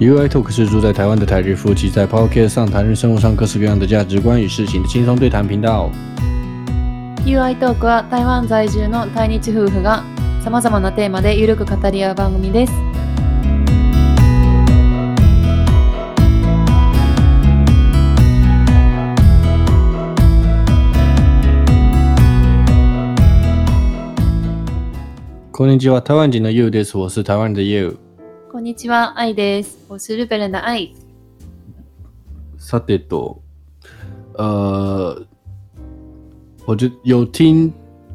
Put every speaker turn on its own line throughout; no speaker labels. UI Talk 是住在台湾的台日夫妻在 Podcast 上谈论生活上各式各样的价值观与事情的轻松对谈频道。
UI トークは台湾在住の対日夫婦がさまざまなテーマでゆるく語り合う番組です。
こんにちは，台湾人的 You です。我是台湾人的 You。
こんにちは、愛です。我是日本人的愛。
さてと，呃，我就有听，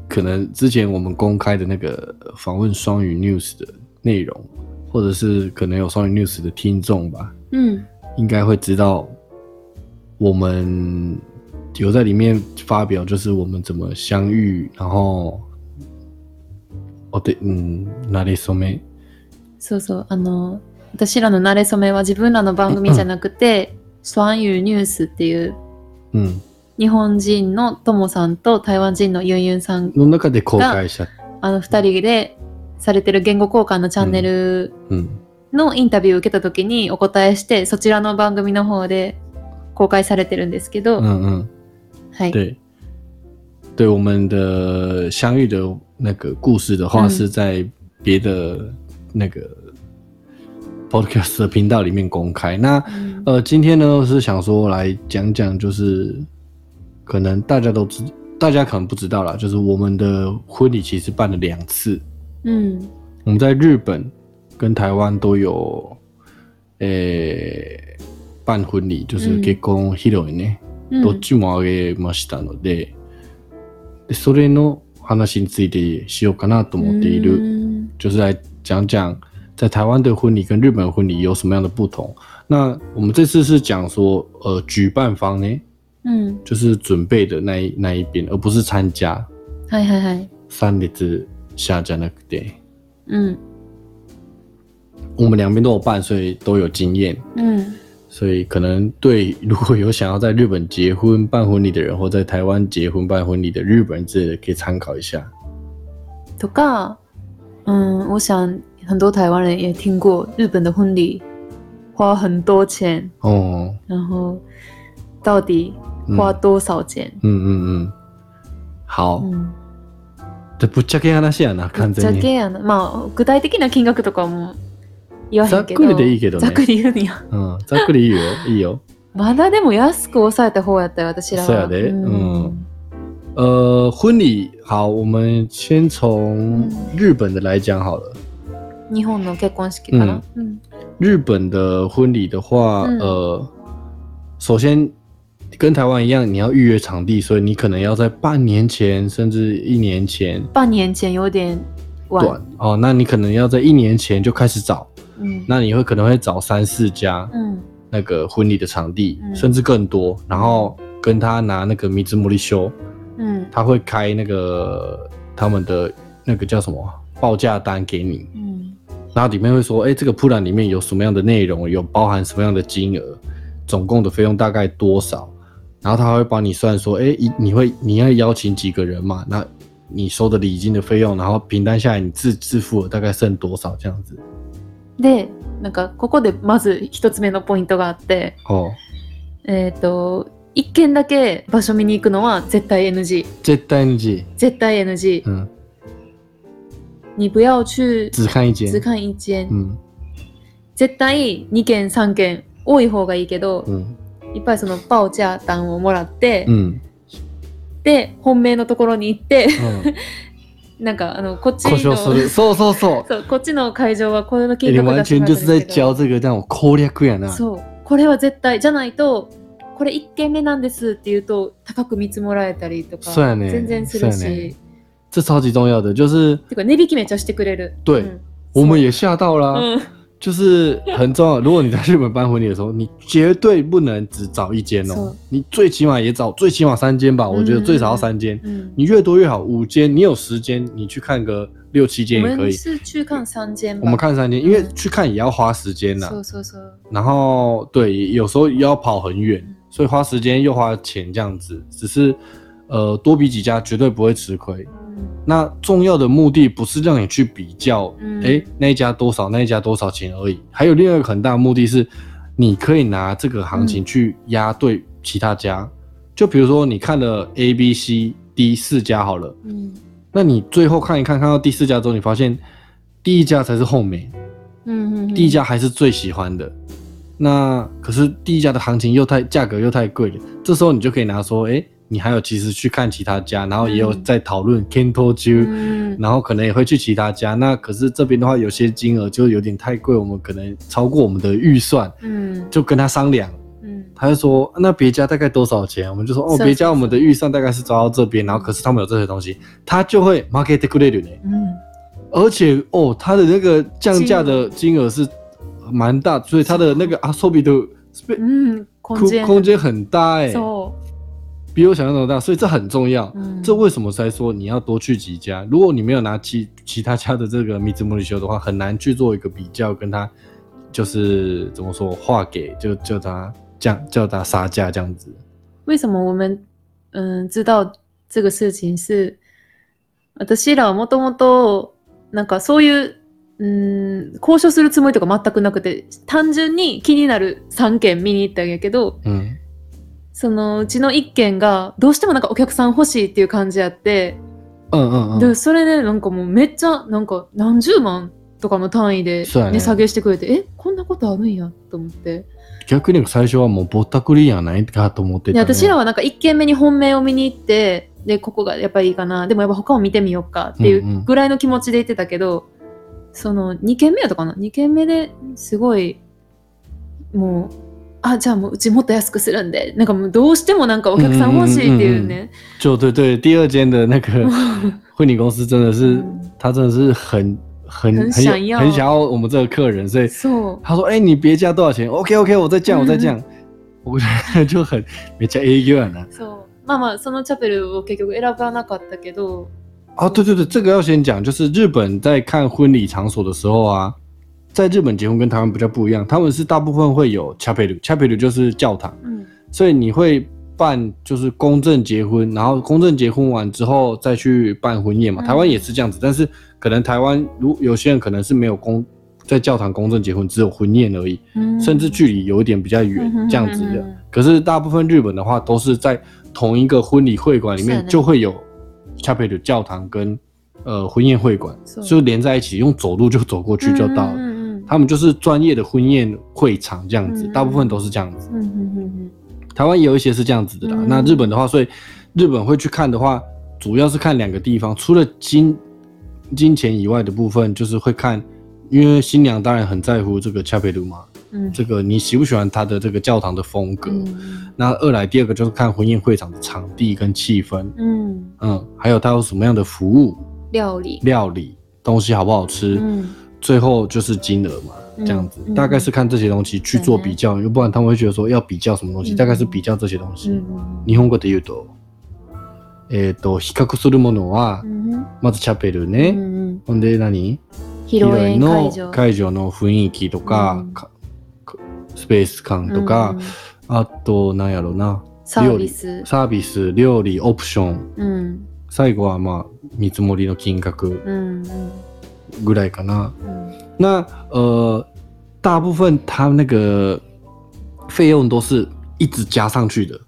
可能之前我们公开的那个访问双语 News 的内容，或者是可能有双语 News 的听众吧，
嗯
应该会知道我们有在里面发表，就是我们怎么相遇，然后哦对，嗯，哪里说没？
そうそう、あの、私らの慣れ初めは自分らの番組じゃなくて、双语ニュースっていう
嗯，
日本人のともさんと台湾人のユンユンさん、
の中で公開した。
あの二人でされてる言語交換のチャンネル
嗯，
のインタビューを受けた時にお答えして、そちらの番組の方で公開されてるんですけど、
嗯嗯，
はい。
对，对，我们的相遇的那个故事的话，
嗯
是在别的那个 podcast 的频道里面公开。那
うん
呃，今天呢是想说来讲讲，就是可能大家都知，大家可能不知道啦，就是我们的婚礼其实办了两次，
うん
我们在日本跟台湾都有，诶、办婚礼，就是
嗯
结婚披露ね、
うん
どっちもあげましたので、でそれの話についてしようかなと思っている。
うん
就是来讲讲在台湾的婚礼跟日本婚礼有什么样的不同。那我们这次是讲说，呃，举办方呢，
うん。
就是准备的那一那一边，而不是参加。
はいはいはい。
三列之下じゃなくて，
うん。
我们两边都有办，所以都有经验。
うん。
所以可能对 如果有想要在日本结婚办婚礼的人，或在台湾结婚办婚礼的日本人之类的，可以参考一下。
とか、嗯，我想很多台湾人也听过日本的婚礼花很多钱，
哦，
然后到底
嗯
花多少钱？
嗯嗯嗯，好，
うん。
这不ちゃけ話やな完
ぶっち
全
ゃ
に。
けやな。まあ具体的な金額とかも言わへんけ
ざっ
ど。
くりでいいけどね
ざっくり言うには。
うん、ざっくりいいよ、いいよ。
まだでも安く抑えた方やったよ私らは。
そうやで
うん。
うん呃，婚礼好，我们先从
嗯
日本的来讲好了。
日本の結婚式かな。うん。
日本的婚礼的话，
嗯
呃，首先跟台湾一样，你要预约场地，所以你可能要在半年前甚至一年前
半年前有点晚。
短哦，那你可能要在一年前就开始找，
嗯。
那你会可能会找三四家
嗯
那个婚礼的场地，
嗯
甚至更多，然后跟他拿那个米兹摩利修，
嗯
他会开那个他们的那个叫什么啊报价单给你，
嗯
然后里面会说，哎、这个铺栏里面有什么样的内容，有包含什么样的金额，总共的费用大概多少，然后他会帮你算说，哎、一你会你要邀请几个人嘛，那你收的礼金的费用，然后平摊下来你自自付了大概剩多少这样子
でなんかここでまず一つ目のポイントがあって
哦，
えっ、と一軒だけ場所見に行くのは絶対 NG
这单子
絶対 NG、
嗯
你不要去
只看一间
只，看一間、
嗯
絶対2軒3軒多い方がいいけど、
嗯
いっぱいそのパオチャータンをもらって、
嗯
で本命のところに行って
嗯，
なんかあのこっち
扣修
のそ
收的，收收收。
うこっちの会場はこれの 金
你
額
完
出し
全
ま
就是是在教这个让我啊攻略やな。
そうこれは絶対じゃないとこれ1軒目なんですって言うと高く見積もられたりと
そうや
か
ね
全然す
そ
る
う
し、
やね这超级重要的，就是
てか値引きめっちゃしてくれる
对
うん
我们也吓到啦、
うん
就是很重要。如果你在日本办婚礼的时候，你绝对不能只找一间哦
是，嗯
你最起码也找最起码三间吧，我觉得最少要三间，
うん
你越多越好，五间，你有时间你去看个六七间也
我
可
们
以。
是去看三间吧
我们看三间，因为
嗯
去看也要花时间呐、
そうそうそう
然后对，有时候也要跑很远
嗯，
所以花时间又花钱这样子，只是呃多比几家绝对不会吃亏。
うん
那重要的目的不是让你去比较，哎、
嗯
那一家多少，那一家多少钱而已。还有另外一个很大的目的是，你可以拿这个行情去压对其他家。
嗯
就比如说，你看了 A、B、C、D 四家好了，
嗯
那你最后看一看，看到第四家之后，你发现第一家才是后面，
嗯嗯，
第一家还是最喜欢的。那可是第一家的行情又太价格又太贵了，这时候你就可以拿说，哎、你还有其实去看其他家，然后也有
嗯
在讨论 Kento Ju，、
嗯
然后可能也会去其他家。那可是这边的话，有些金额就有点太贵，我们可能超过我们的预算，
嗯
就跟他商量。
嗯
他就说那别家大概多少钱？我们就说哦，
是
别家我们的预算大概是抓到这边，然后可是他们有这些东西，他就会 market c l a t e 呢。
嗯，
而且哦，他的那个降价的金额是蛮大，所以他的那个阿索比的
嗯，空间
空间很大哎、
そう
比我想象中的大，所以这很重要。
嗯
这为什么才说你要多去几家？如果你没有拿其其他家的这个米兹莫里修的话，很难去做一个比较，跟他就是怎么说划给就就他降叫他杀价这样子。
为什么我们嗯知道这个事情是私らはもともとなんかそういう、うん、交渉するつもりとか全くなくて単純に気になる3件見に行ったんやけど
嗯
そのうちの1件がどうしてもなんかお客さん欲しいっていう感じやって、
嗯嗯嗯
でそれでなんかもうめっちゃなんか何十万とかの単位で
そうやね
値下げしてくれて、えこんなことあるんやと思って。
逆に最初はもうぼったくりやないかと思って
で
た、ね。
私らはなんか1軒目に本命を見に行ってでここがやっぱりいいかなでもやっぱ他を見てみようかってい
んう
うんぐらいの気持ちで行ってたけど、その2軒目やったかな2軒目ですごいもうあじゃあもううちもっと安くするんでなんかもうどうしてもなんかお客さん欲しいっていうね。
就对对，第二间的那个 婚礼公司真的是
嗯，
他真的是很很
很
有
想要
很想要我们这个客人，所以
そう
他说：“哎、你别加多少钱？OK OK，我再降，我再降。
嗯
我觉得就很没加 A U 呢。
そうまあまあそのチャペルを結局選ばなかったけど
哦，对对对，这个要先讲，就是日本在看婚礼场所的时候啊，在日本结婚跟台湾比较不一样，他们是大部分会有 chapel，chapel 就是教堂，
うん
所以你会办就是公证结婚，然后公证结婚完之后再去办婚宴嘛。
嗯
台湾也是这样子，但是可能台湾如有些人可能是没有公在教堂公证结婚，只有婚宴而已。
うん
甚至距离有一点比较远
嗯哼
这样子
嗯哼嗯
的
哼。
可是大部分日本的话，都是在同一个婚礼会馆里
是
面
的
就会有 chapel 的教堂跟呃婚宴会馆，
是嗯
就连在一起，用走路就走过去就到了。
うん
他们就是专业的婚宴会场这样子，
嗯
大部分都是这样子。
うんうんうんうん
台湾也有一些是这样子的啦。
嗯
那日本的话，所以日本会去看的话，主要是看两个地方，除了金金钱以外的部分，就是会看，因为新娘当然很在乎这个 chapel 嘛，
うんうん
这个你喜不喜欢它的这个教堂的风格？
嗯うん
那二来第二个就是看婚宴会场的场地跟气氛，
うん
嗯，还有它有什么样的服务、
料理
料理、东西好不好吃，
嗯
最后就是金额嘛，
嗯
这样子、
嗯
大概是看这些东西去做比较，要不然他们会觉得说要比较什么东西，
嗯
大概是比较这些东西。
うん
日本語で言うと、えっ、と比較するものは、
うん
まずチャペル
う
ね、
んうん
ほんで何？
披露宴会場
会場の雰囲気とか、
うん
かかスペース感と
うん
か
うん、
あとなんやろな
サービス
サービス料理オプション
うん
最後はまあ見積もりの金額
うんうん
ぐらいかな。
うん
那呃，大部分他那个费用都是一直加上去的，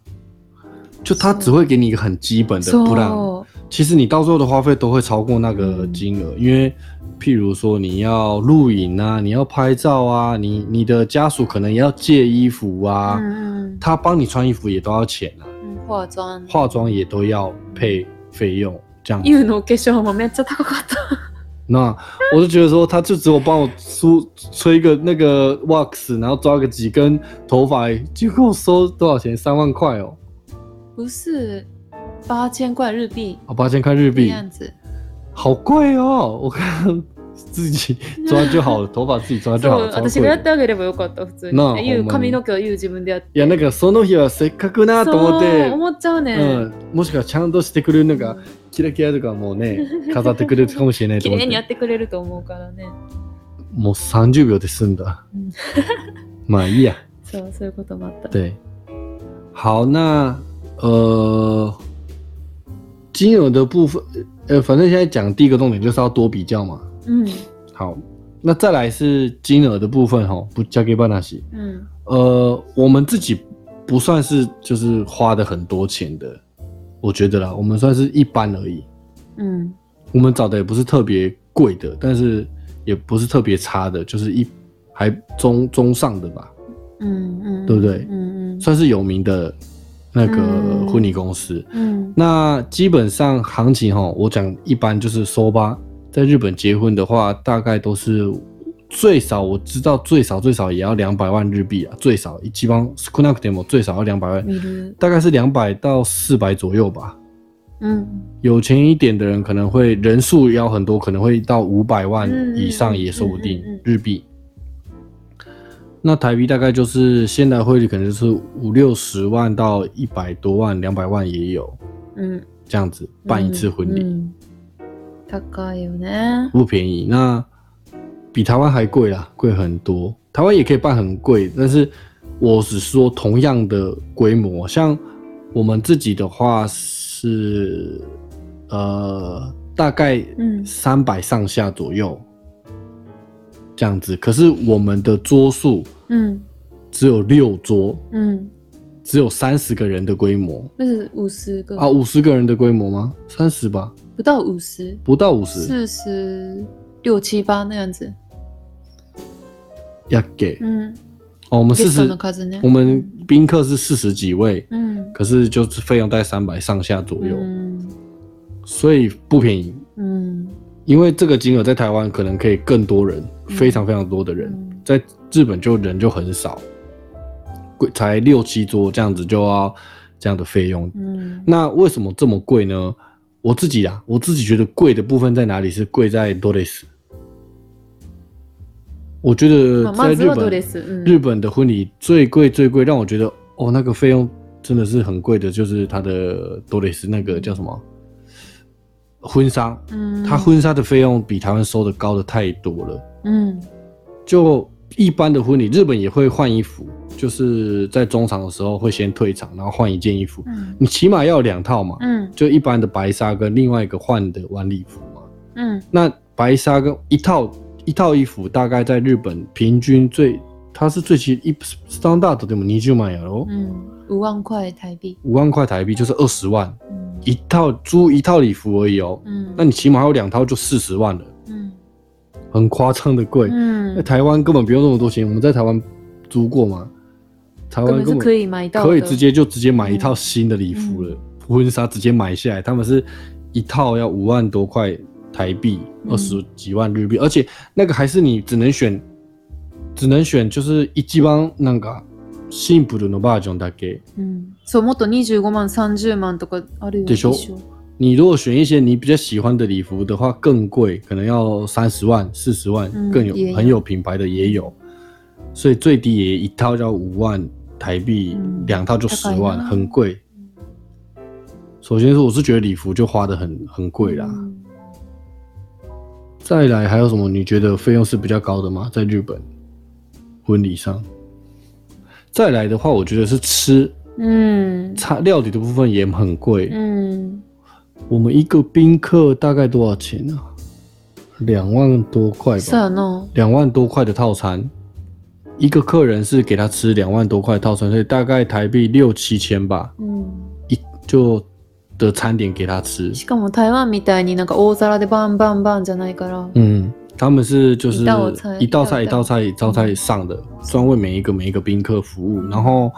就他只会给你一个很基本的不让。
そ
其实你到最后的花费都会超过那个金额，因为譬如说你要录影啊，你要拍照啊，你你的家属可能也要借衣服
う
啊，
うん
他帮你穿衣服也都要钱啊，
うんうん化妆
化妆也都要配费用，这样子。
ユウのお化粧もめっちゃ高かった
那我就觉得说，他就只有帮我梳吹个那个 wax，然后抓个几根头发，就给我收多少钱？三万块哦，
不是八千块日币
哦八千块日
的
币，
样子
好贵哦！我看自己抓就好了，头发自己抓就
そ
好
う
了，超
私
贵
がやって
的。
あげればよかった普通に
なあ
えユウ
ほんまに
髪の毛はユウ自分でやって
いやなんかその日はせっかくなと思っ
そう
て、
思っちゃうね
うん、もしくはちゃんとしてくれるの がキラキラとかもうね飾ってくれるかもしれないと
綺
思っ
麗にや
て、
ってくれると思うからね
もう30秒で済んだ
うん。
まあいいや。
そうそういうこともあった
对，好，那呃，金额的部分，呃，反正现在讲第一个重点就是要多比较嘛。
うん
好，那再来是金额的部分哈，不加给半纳西。
うん
呃，我们自己不算是就是花的很多钱的，我觉得啦，我们算是一般而已。
うん
我们找的也不是特别贵的，但是也不是特别差的，就是一还中中上的吧，
うんうん
对不对
うんうん
算是有名的那个
嗯
婚礼公司。
うん
那基本上行情哈，我讲一般就是收吧。在日本结婚的话，大概都是最少我知道最少最少也要两百万日币啊，最少一番少なくても最少要两百万，
見る
大概是两百到四百左右吧。
うん
有钱一点的人可能会人数要很多，可能会到五百万
嗯
以上也说不定、
嗯嗯嗯嗯嗯
日币。那台币大概就是现在汇率可能就是五六十万到一百多万、两百万也有。
うん
这样子办一次
嗯
婚礼、
うん高いよね
不便宜，那比台湾还贵啦，贵很多。台湾也可以办很贵，但是我只是说同样的规模，像我们自己的话是呃大概
うん
三百上下左右这样子，可是我们的桌数
うん
只有六桌，
うん
只有三十个人的规模
那是五十个
啊，五十个人的规模吗？三十吧，
不到五十，
不到五十，
四十六七八那样子。
要给
嗯，
哦，我们四
ゲスト
十
の数ね。
我们宾客是四十几位，
嗯
可是就是费用在三百上下左右，
嗯
所以不便宜。
嗯
因为这个金额在台湾可能可以更多人，
嗯
非常非常多的人，
嗯
在日本就人就很少，贵才六七桌这样子就要这样的费用。
嗯
那为什么这么贵呢？我自己啊，我自己觉得贵的部分在哪里？是贵在多雷斯。我觉得
ま
在
あまず
日
はド
本
レ。ス。
日
嗯
本的婚礼最贵最贵，让我觉得哦，那个费用真的是很贵的，就是他的多蕾斯那个叫什么婚纱，
嗯
他婚纱的费用比台湾收的高的太多了。
嗯
就一般的婚礼，日本也会换衣服，就是在中场的时候会先退场，然后换一件衣服，
嗯
你起码要有两套嘛，
嗯
就一般的白纱跟另外一个换的晚礼服嘛。
嗯
那白纱跟一套一套衣服大概在日本平均最，它是最起一 standard でも二十万やろ，
嗯，五万块台币。
哦五万块台币就是二十万
嗯
一套租一套礼服而已哦，
嗯
那你起码还有两套就四十万了，
嗯
很夸张的贵。在
嗯，
台湾根本不用那么多钱，我们在台湾租过嘛，台
根
湾
本是
根
可
本
以买到的，嗯
可以直接就直接买一套新的礼服了，婚纱直接买下来，他们是一套要五万多块台币，
嗯
二十几万日币，而且那个还是你只能选，只能选就是一番なんかシンプルのバージョンだけ。
嗯，そうもっと二十五万三十万とかあるよ。
でしょ你如果选一些你比较喜欢的礼服的话，更贵，可能要三十万、四十万，
嗯
更
也
有
有
很有品牌的也有，所以最低也一套要五万台币
嗯，
两、套就十万，
高いな
很贵。首先是我是觉得礼服就花的很很贵啦，
嗯
再来还有什么？你觉得费用是比较高的吗？在日本婚礼上，再来的话，我觉得是吃
嗯
差料理的部分也很贵。
嗯
我们一个宾客大概多少钱啊？两万多块
そう
吧，
やな。
两万多块的套餐，一个客人是给他吃两万多块的套餐，所以大概台币六七千吧，
うん。
一就的餐点给他吃。
しかも台湾みたいになんか大皿でバンバンバンじゃないから。
嗯，他们是就是
一道菜
一道菜一
一道嗯
道菜一道菜上的，专为每一个每一个宾客服务。然后，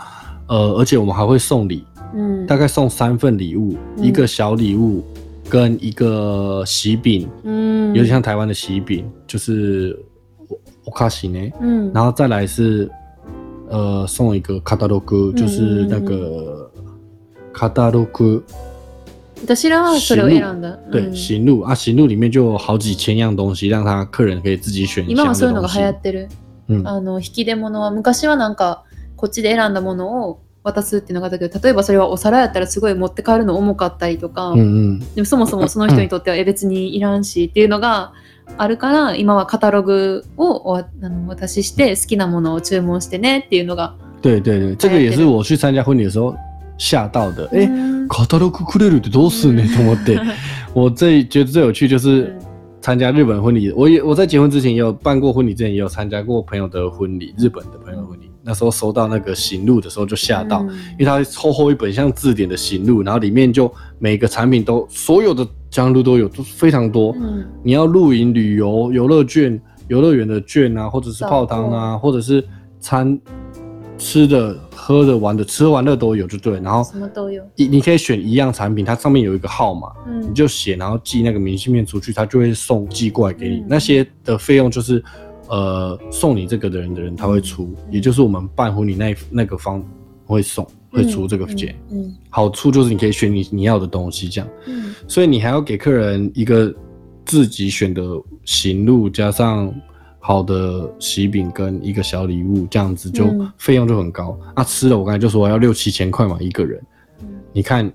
呃，而且我们还会送礼，
うん。
大概送三份礼物，
嗯
一个小礼物跟一个喜饼，
うん。
有点像台湾的喜饼，就是お菓子呢。
うん。
然后再来是呃送一个卡达罗グ，
嗯
就是那个卡达罗グ，
私らはそれを選んだ。う
对，
ん
行路啊，行路里面就有好几千样东西，让他客人可以自己选。
今はそういうのが流行っ。てる。
嗯，
あの、引き出物は昔はなんかこっちで選んだものを渡すっていうのがあったけど、例えばそれはお皿やったらすごい持って帰るの重かったりとか、
嗯嗯，
でもそもそもその人にとってはえ別にいらんしっていうのがあるから、今はカタログをおあのお渡しして好きなものを注文してねっていうのが。
对对对，这个也是我去参加婚礼的时候吓到的。哎、
うん、
カタログくれるってどうすんねんと思って我最觉得最有趣就是
嗯
参加日本婚礼，我也我在结婚之前也有办过婚礼，之前也有参加过朋友的婚礼，日本的朋友的婚礼。那时候收到那个行录的时候就吓
嗯
到，因为它厚厚一本像字典的行录，然后里面就每个产品都所有的江路都有，都非常多。
嗯
你要露营、旅游、游乐券、游乐园的券啊，或者是泡汤啊，或者是餐吃的、喝的、玩的，吃喝玩乐都有就对了。然
嗯，
后
什么都有。
你你可以选一样产品，它上面有一个号码，
嗯，
你就写，然后寄那个明信片出去，他就会送寄过来给你。
嗯
那些的费用就是，呃，送你这个的人的人他会出，
嗯
也就是我们办婚礼那一那个方会送会出这个钱。
嗯。
好处就是你可以选你你要的东西，这样，
嗯
所以你还要给客人一个自己选的行路，加上好的喜饼跟一个小礼物，这样子就
嗯
费用就很高。那、吃的我刚才就说要六七千块嘛一个人，
嗯
你看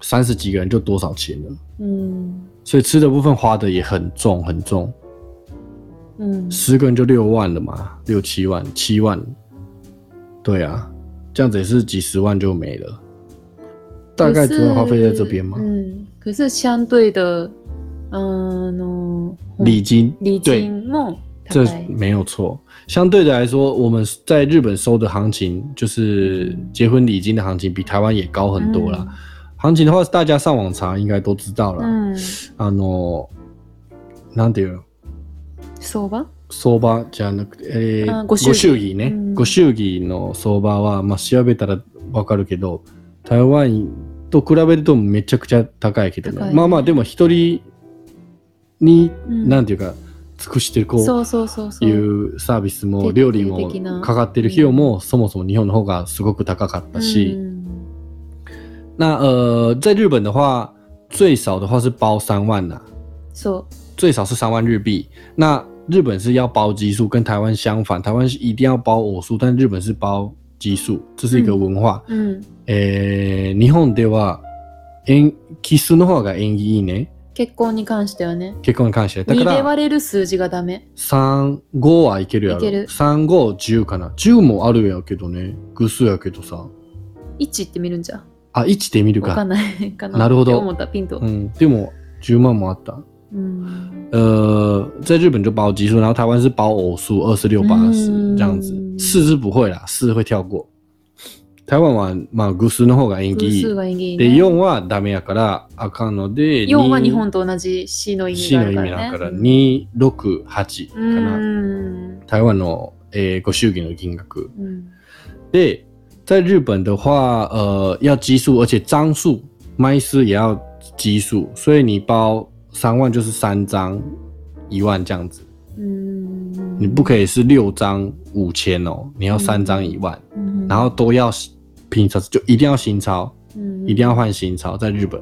三十几个人就多少钱了。
嗯
所以吃的部分花的也很重很重，
嗯
十个人就六万了嘛，六七万七万，对啊，这样子也是几十万就没了，大概主要花费在这边嘛
可，是嗯，可是相对的，嗯、あの
礼金
礼
对，
金も高
这
い。
没有错。相对的来说，我们在日本收的行情就是结婚礼金的行情比台湾也高很多
嗯
啦。行情的话，大家上网查应该都知道
う
啦。啊
ん。うん。
あのなんていうの
相場？
相場じゃなくて、えー
あ
ご
ご祝儀
祝儀ね、
うん
ご祝儀の相場は、まあ、調べたらわかるけど台湾と比べるとめちゃくちゃ高いけどね
高いね
まあまあでも一人に、
うん
なんていうか尽くしてるこ
そううそうそうそ。
いううサービスも
徹底
料理
的
も
な
かかってる費用も、そもそも日本の方がすごく高かったし、
うん
那呃在日本的话最少的话是包三万呐、
そ
最少是三万日币。那日本是要包基数，跟台湾相反，台湾是一定要包偶数，但日本是包基数，这是一个文化。
う。うん。
诶、日本では縁奇数の方が縁起いいね。
結婚に関してはね、
結婚に関してだか
二で
ら
割れる数字がダメ。
三五はいけるやろ。
いける
三五十かな。十もあるやけどね。偶数やけどさ。
一って見るんじゃ。
あ、一で見る
わか
か
ん。ない かな。
なるほど
って思ったピンと
う。ん。でも十万もあった。
うん。
呃，在日本就包奇数，然后台湾是包偶数，二四六八十
嗯
这样子。四是不会啦，四会跳过。台湾はまあ偶数の方が縁
偶
起いい
数。が演技いいね。
で四はダメやからあかんので、
四は日本と同じ C の意味
四
があ
の
る
意
か
味だから
らね。
二六八か
う
な。
ん。
台湾のえーご祝儀の金額
うん。
で在日本的话，呃，要奇数，而且张数、麦斯也要奇数，所以你包三万就是三张一万这样子。
うん
你不可以是六张五千哦，你要三张一万，
うん
然后都要平常就一定要新钞，
嗯
一定要换新钞，在日本，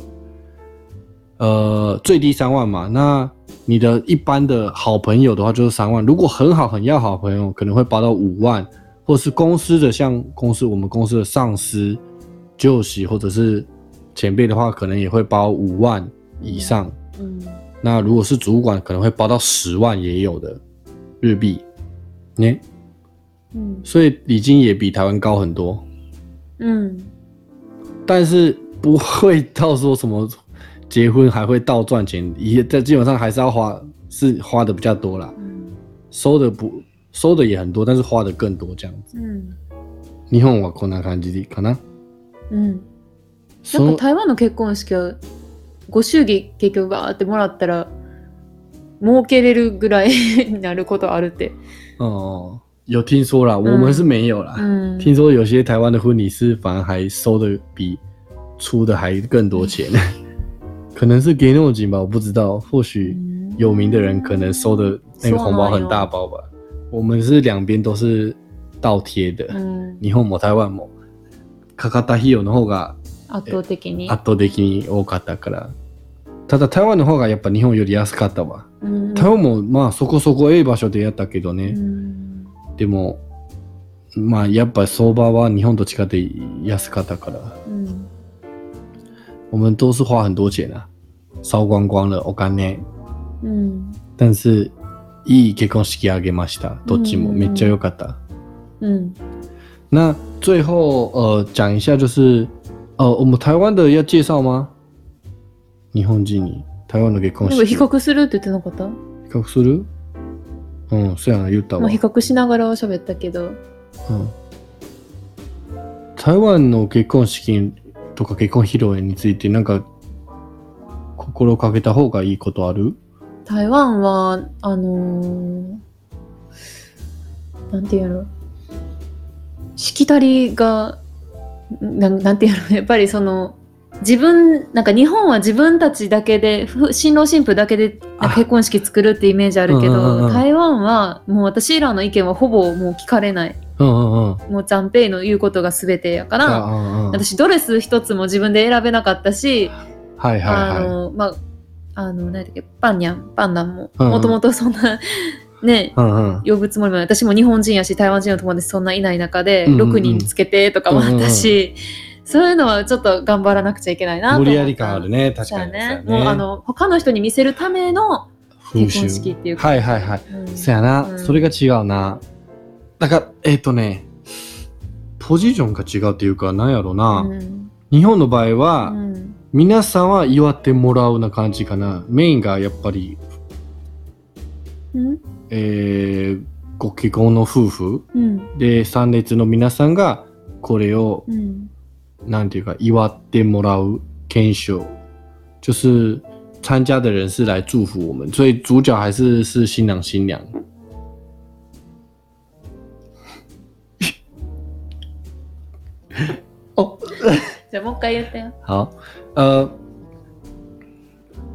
呃，最低三万嘛。那你的一般的好朋友的话就是三万，如果很好很要好朋友，可能会包到五万，或是公司的像公司我们公司的上司、旧习或者是前辈的话，可能也会包五万以上。
嗯
那如果是主管，可能会包到十万也有的日币，呢、
嗯
所以礼金也比台湾高很多，
嗯
但是不会到说什么结婚还会倒赚钱，也在基本上还是要花，是花的比较多啦，
嗯
收的不收的也很多，但是花的更多这样子。
嗯
日本はこんな感じでいいかな。
うん
そ
なん
の
か台湾の結婚式はご祝儀結局バーってもらったら儲けれるぐらい になることあるって。
哦、有听说啦，我们是没有啦。
うん。
听说有些台湾的婚礼是反而还收的比出的还更多钱，可能是给那种景吧，我不知道。或许有名的人可能收的那个红包很大包吧。我们是两边都是倒贴的，
うん
日本も台湾もかかった費用の方が
圧倒的に。
圧倒的に多かったから。ただ台湾の方がやっぱ日本より安かったわ。
うん
台湾もまあそこそこええ場所でやったけどね。
うん
でも、まあ、やっぱ相場は日本と違って安かったから、
うん
我们都是花很多钱啊，烧光光了お金。
うん
但是、いい結婚式あげました。どっちも
うん
めっちゃ良かった。
うん
那最后呃讲一下就是，呃，我们台湾的要介绍吗？日本人に台湾の結婚
でも
式
比較するって言ってなかった
比較するうんそうやな言った
ま
わ
あ、比較しながらは喋ったけど
うん台湾の結婚式とか結婚披露宴についてなんか心かけた方がいいことある
台湾はあのーなんていうのしきたりがなんなんていう のやっぱりその自分なんか日本は自分たちだけでふ新郎新婦だけでな
あ
んか結婚式作るってイメージあるけ
うんうんうんう
ど
ん
台湾はもう私らの意見はほぼもう聞かれない
うんうんうん
もうちゃんぺいの言うことが全てやか
あ
ら
ああ
私ドレス一つも自分で選べなかったし
はいはい
あ
はい
のまああの何だっけパンニャンパンダンも
うんうん
もともとそんな ね
うんうん
呼ぶつもりもない私も日本人やし台湾人の友達そんないない中で
うんうんうん
6人つけてとかもあったし、そういうのはちょっと頑張らなくちゃいけないな
無
と思った
理やり感あるね確
そう
か
や
に
ね
そうや
もうあの他の人に見せるための
風
結
習
婚式っていうか、
はいはいはい
うん
そやな、
うん
それが違うな。だから、えっ、とね、ポジションが違うっていうか、なんやろな、
うん
日本の場合は、
うん
皆さんは祝ってもらうな感じかな。メインがやっぱり、
うん
えーご結婚の夫婦
うん
で、参列の皆さんが、これを、
うん
なんていうか、祝ってもらう検証。就是、参加的人是来祝福我们。所以主角还是是新郎新娘。
じゃあもう一回言ってよ
好，呃，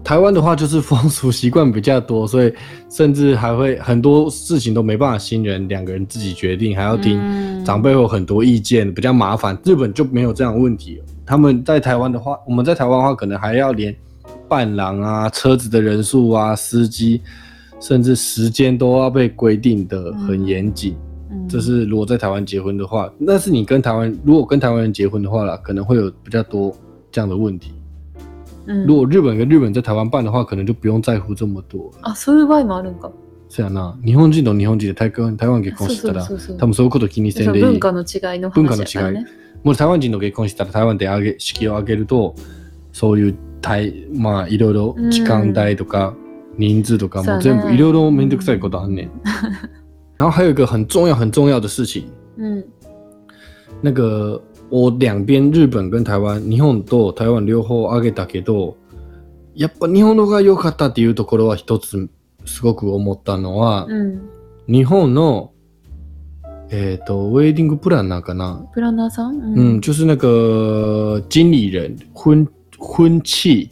台湾的话就是风俗习惯比较多，所以 甚至还会很多事情都没办法新人两个人自己决定，还要听
うん
长辈会有很多意见，比较麻烦。日本就没有这样的问题了。他们在台湾的话，我们在台湾的话，可能还要连伴郎啊、车子的人数啊、司机，甚至时间都要被规定的很严谨。
うん
这是如果在台湾结婚的话，但是你跟台湾如果跟台湾人结婚的话啦，可能会有比较多这样的问题。
うん
如果日本跟日本在台湾办的话，可能就不用在乎这么多了。
あそういう場合もあるんか
是啊，那日本人の日本人で台湾台湾結婚し
そ
た
うそう
ら
そ、うそう
多分そういうこと気にせん
その
でいい
文。化の違いの
文化の
話や
違
から
い
ね。
もし台湾人の結婚したら台湾であげ式を挙げると、そういう台まあいろいろ時間帯とか人数とか
そ
も
うね
全部いろいろ面倒くさいことあんねん。然后还有一个很重要很重要的事情。
うん
那个我两边日本跟台湾、日本と台湾両方挙げたけど、やっぱ日本のが良かったっていうところは一つすごく思ったのは、
うん、
日本の、えっ、と、ウェディングプランなんかな。
プランナーさん、う
嗯，就是那个经理人婚婚庆，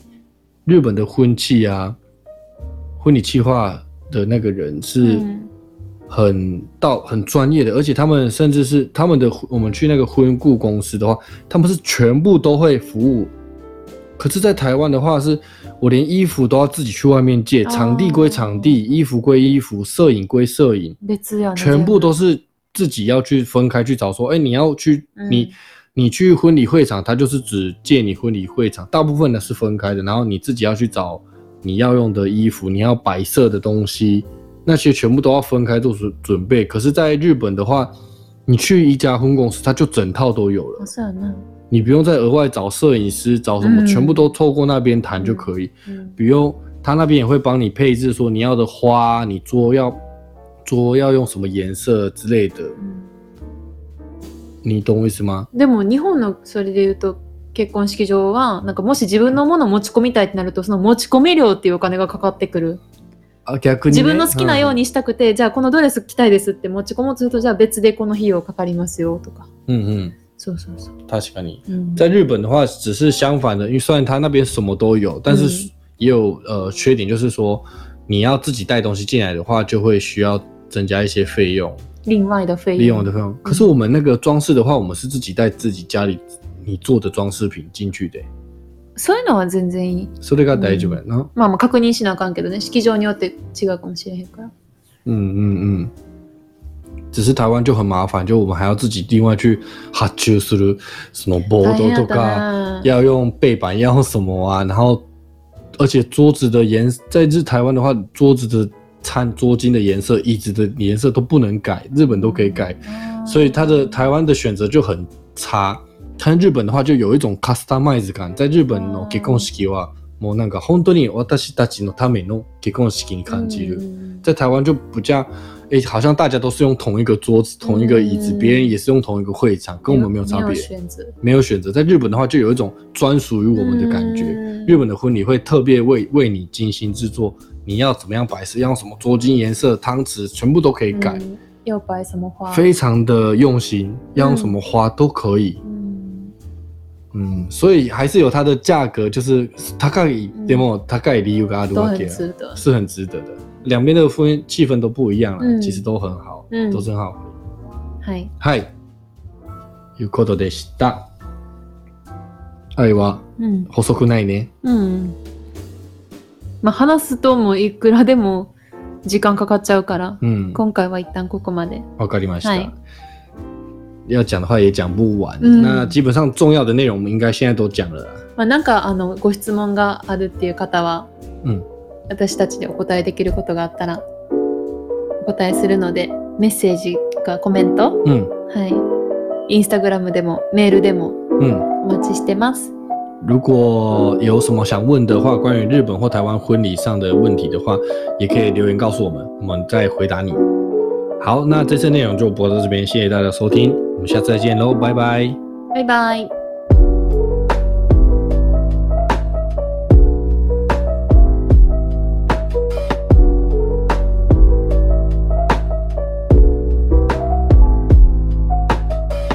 日本的婚庆啊，婚礼计划的那个人是。
うん
很到很专业的，而且他们甚至是他们的我们去那个婚顾公司的话，他们是全部都会服务。可是，在台湾的话是，我连衣服都要自己去外面借，
哦
场地归场地，衣服归衣服，摄影归摄影，
別やね
全部都是自己要去分开去找。说，哎、你要去
嗯
你你去婚礼会场，他就是只借你婚礼会场，大部分呢是分开的。然后你自己要去找你要用的衣服，你要白色的东西，那些全部都要分开做准准备。可是，在日本的话，你去一家婚公司，它就整套都有了
あ，そうやな、
你不用再额外找摄影师找什么，
嗯
全部都透过那边谈就可以。
うん
比如他那边也会帮你配置，说你要的花，你桌要桌要用什么颜色之类的，
うん
你懂我意思吗？
でも日本のそれで言うと結婚式場はなんかもし自分のものを持ち込みたいってなるとその持ち込み料っていうお金がかかってくる
啊，逆にね
自分の好きなようにしたくて、じゃあこのドレス着たいですって持ち込もうとするとじゃあ別でこの費用かかりますよとか
嗯嗯
そうそうそう、
嗯，確かに。
うん
在日本的话，只是相反的，因为虽然他那边什么都有，但是
嗯
也有呃缺点，就是说你要自己带东西进来的话，就会需要增加一些费用，
另外的费用
利用的费用。可是我们那个装饰的话，我们是自己带自己家里你做的装饰品进去的，
そういうのは全然いい
それが大丈夫やな。
まあまあ確認しなあかんけどね式場によって違うかもしれへんから
嗯嗯嗯。只是台湾就很麻烦，就我们还要自己另外去発注する什么ボー
大変
ド
や
と
った
か。
な
要用背板，要用什么啊？然后，而且桌子的颜，在日台湾的话，桌子的餐桌巾的颜色、椅子的颜色都不能改，日本都可以改，
あー
所以它的台湾的选择就很差。但日本的话，就有一种 customize 感，在日本の
嗯
結婚式はもうなんか本当に私たちのための結婚式に感じる。
嗯
在台湾就不这样，诶，好像大家都是用同一个桌子、同一个椅子，
嗯
别人也是用同一个会场，跟我们没有差别，
选择
没有选择。在日本的话，就有一种专属于我们的感觉。
嗯
日本的婚礼会特别为为你精心制作，你要怎么样摆设，要用什么桌巾、颜色、汤匙，全部都可以改，
嗯要摆什么花？
非常的用心，要用什么花都可以。
嗯
嗯，所以还是有它的价格，就是大概でも高い理由がある
嗯都
わけ
很
や。
值得。
啊是很值得的。两边的氛围气氛都不一样了，
嗯
其实都很好，
嗯
都是很好。
はい。
はい。いうことでした。愛は
うん。
細くないね。
うん。まあ話すともういくらでも時間かかっちゃうから、
嗯，
今回は一旦ここまで。
わかりまし
はい
た。要讲的话也讲不完，
嗯
那基本上重要的内容我们应该现在都讲了啦。
まあなんかあのご質問があるっていう方は、
うん
私たちでお答えできることがあったらお答えするので、メッセージかコメント、
嗯
はい。インスタグラムでもメールでも
嗯，
お待ちしてます。
如果有什么想问的话，关于日本或台湾婚礼上的问题的话，也可以留言告诉我们，我们再回答你。好，那这次内容就播到这边，谢谢大家收听，我们下次再见喽，拜拜。
バイバイ。